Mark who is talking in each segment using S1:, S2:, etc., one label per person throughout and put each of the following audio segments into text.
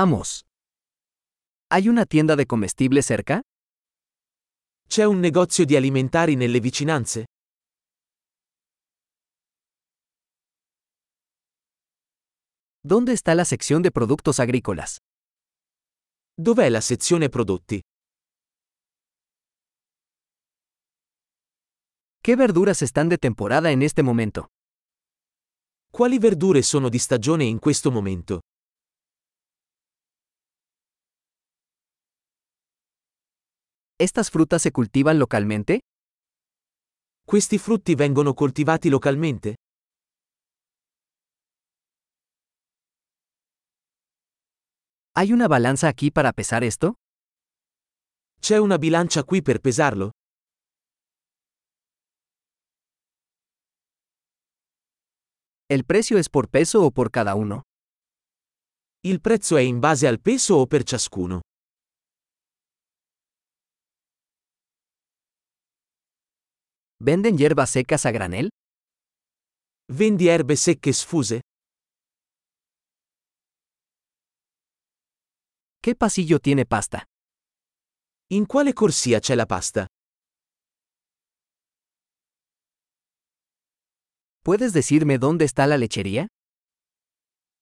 S1: Vamos. ¿Hay una tienda de comestibles cerca?
S2: C'è un negozio di alimentari nelle vicinanze?
S1: ¿Dónde está la sección de productos agrícolas?
S2: Dov'è la sezione prodotti?
S1: ¿Qué verduras están de temporada en este momento?
S2: Quali verdure sono di stagione in questo momento?
S1: ¿Estas frutas se cultivan localmente?
S2: Questi frutti vengono coltivati localmente?
S1: ¿Hay una balanza aquí para pesar esto?
S2: C'è una bilancia qui per pesarlo?
S1: ¿El precio es por peso o por cada uno?
S2: Il prezzo è in base al peso o per ciascuno?
S1: ¿Venden hierbas secas a granel?
S2: Vendi erbe secche sfuse?
S1: ¿Qué pasillo tiene pasta?
S2: In quale corsia c'è la pasta?
S1: ¿Puedes decirme dónde está la lechería?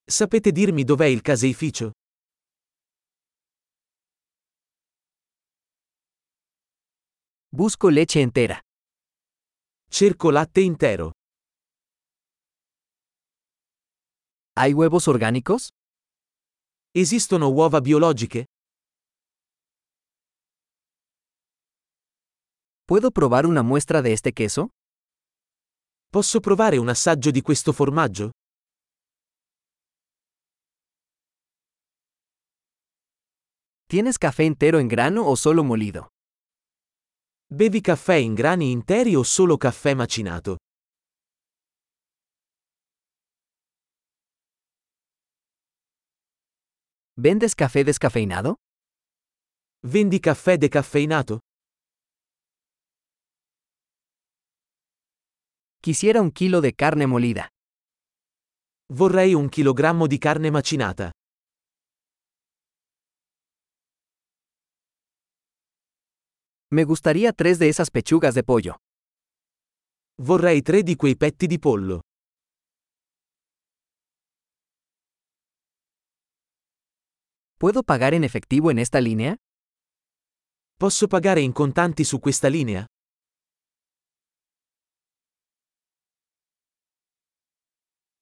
S2: Sapete dirmi dov'è il caseificio?
S1: Busco leche entera.
S2: Cerco latte intero.
S1: ¿Hay huevos orgánicos?
S2: Esistono uova biologiche?
S1: ¿Puedo probar una muestra de este queso?
S2: Posso provare un assaggio di questo formaggio?
S1: ¿Tienes café entero en grano o solo molido?
S2: Bevi caffè in grani interi o solo caffè macinato?
S1: ¿Vendes café descafeinado?
S2: Vendi caffè decaffeinato?
S1: Quisiera un kilo de carne molida.
S2: Vorrei un chilogrammo di carne macinata.
S1: Me gustaría tres de esas pechugas de pollo.
S2: Vorrei tre di quei petti di pollo.
S1: ¿Puedo pagar en efectivo en esta línea?
S2: Posso pagare in contanti su questa linea?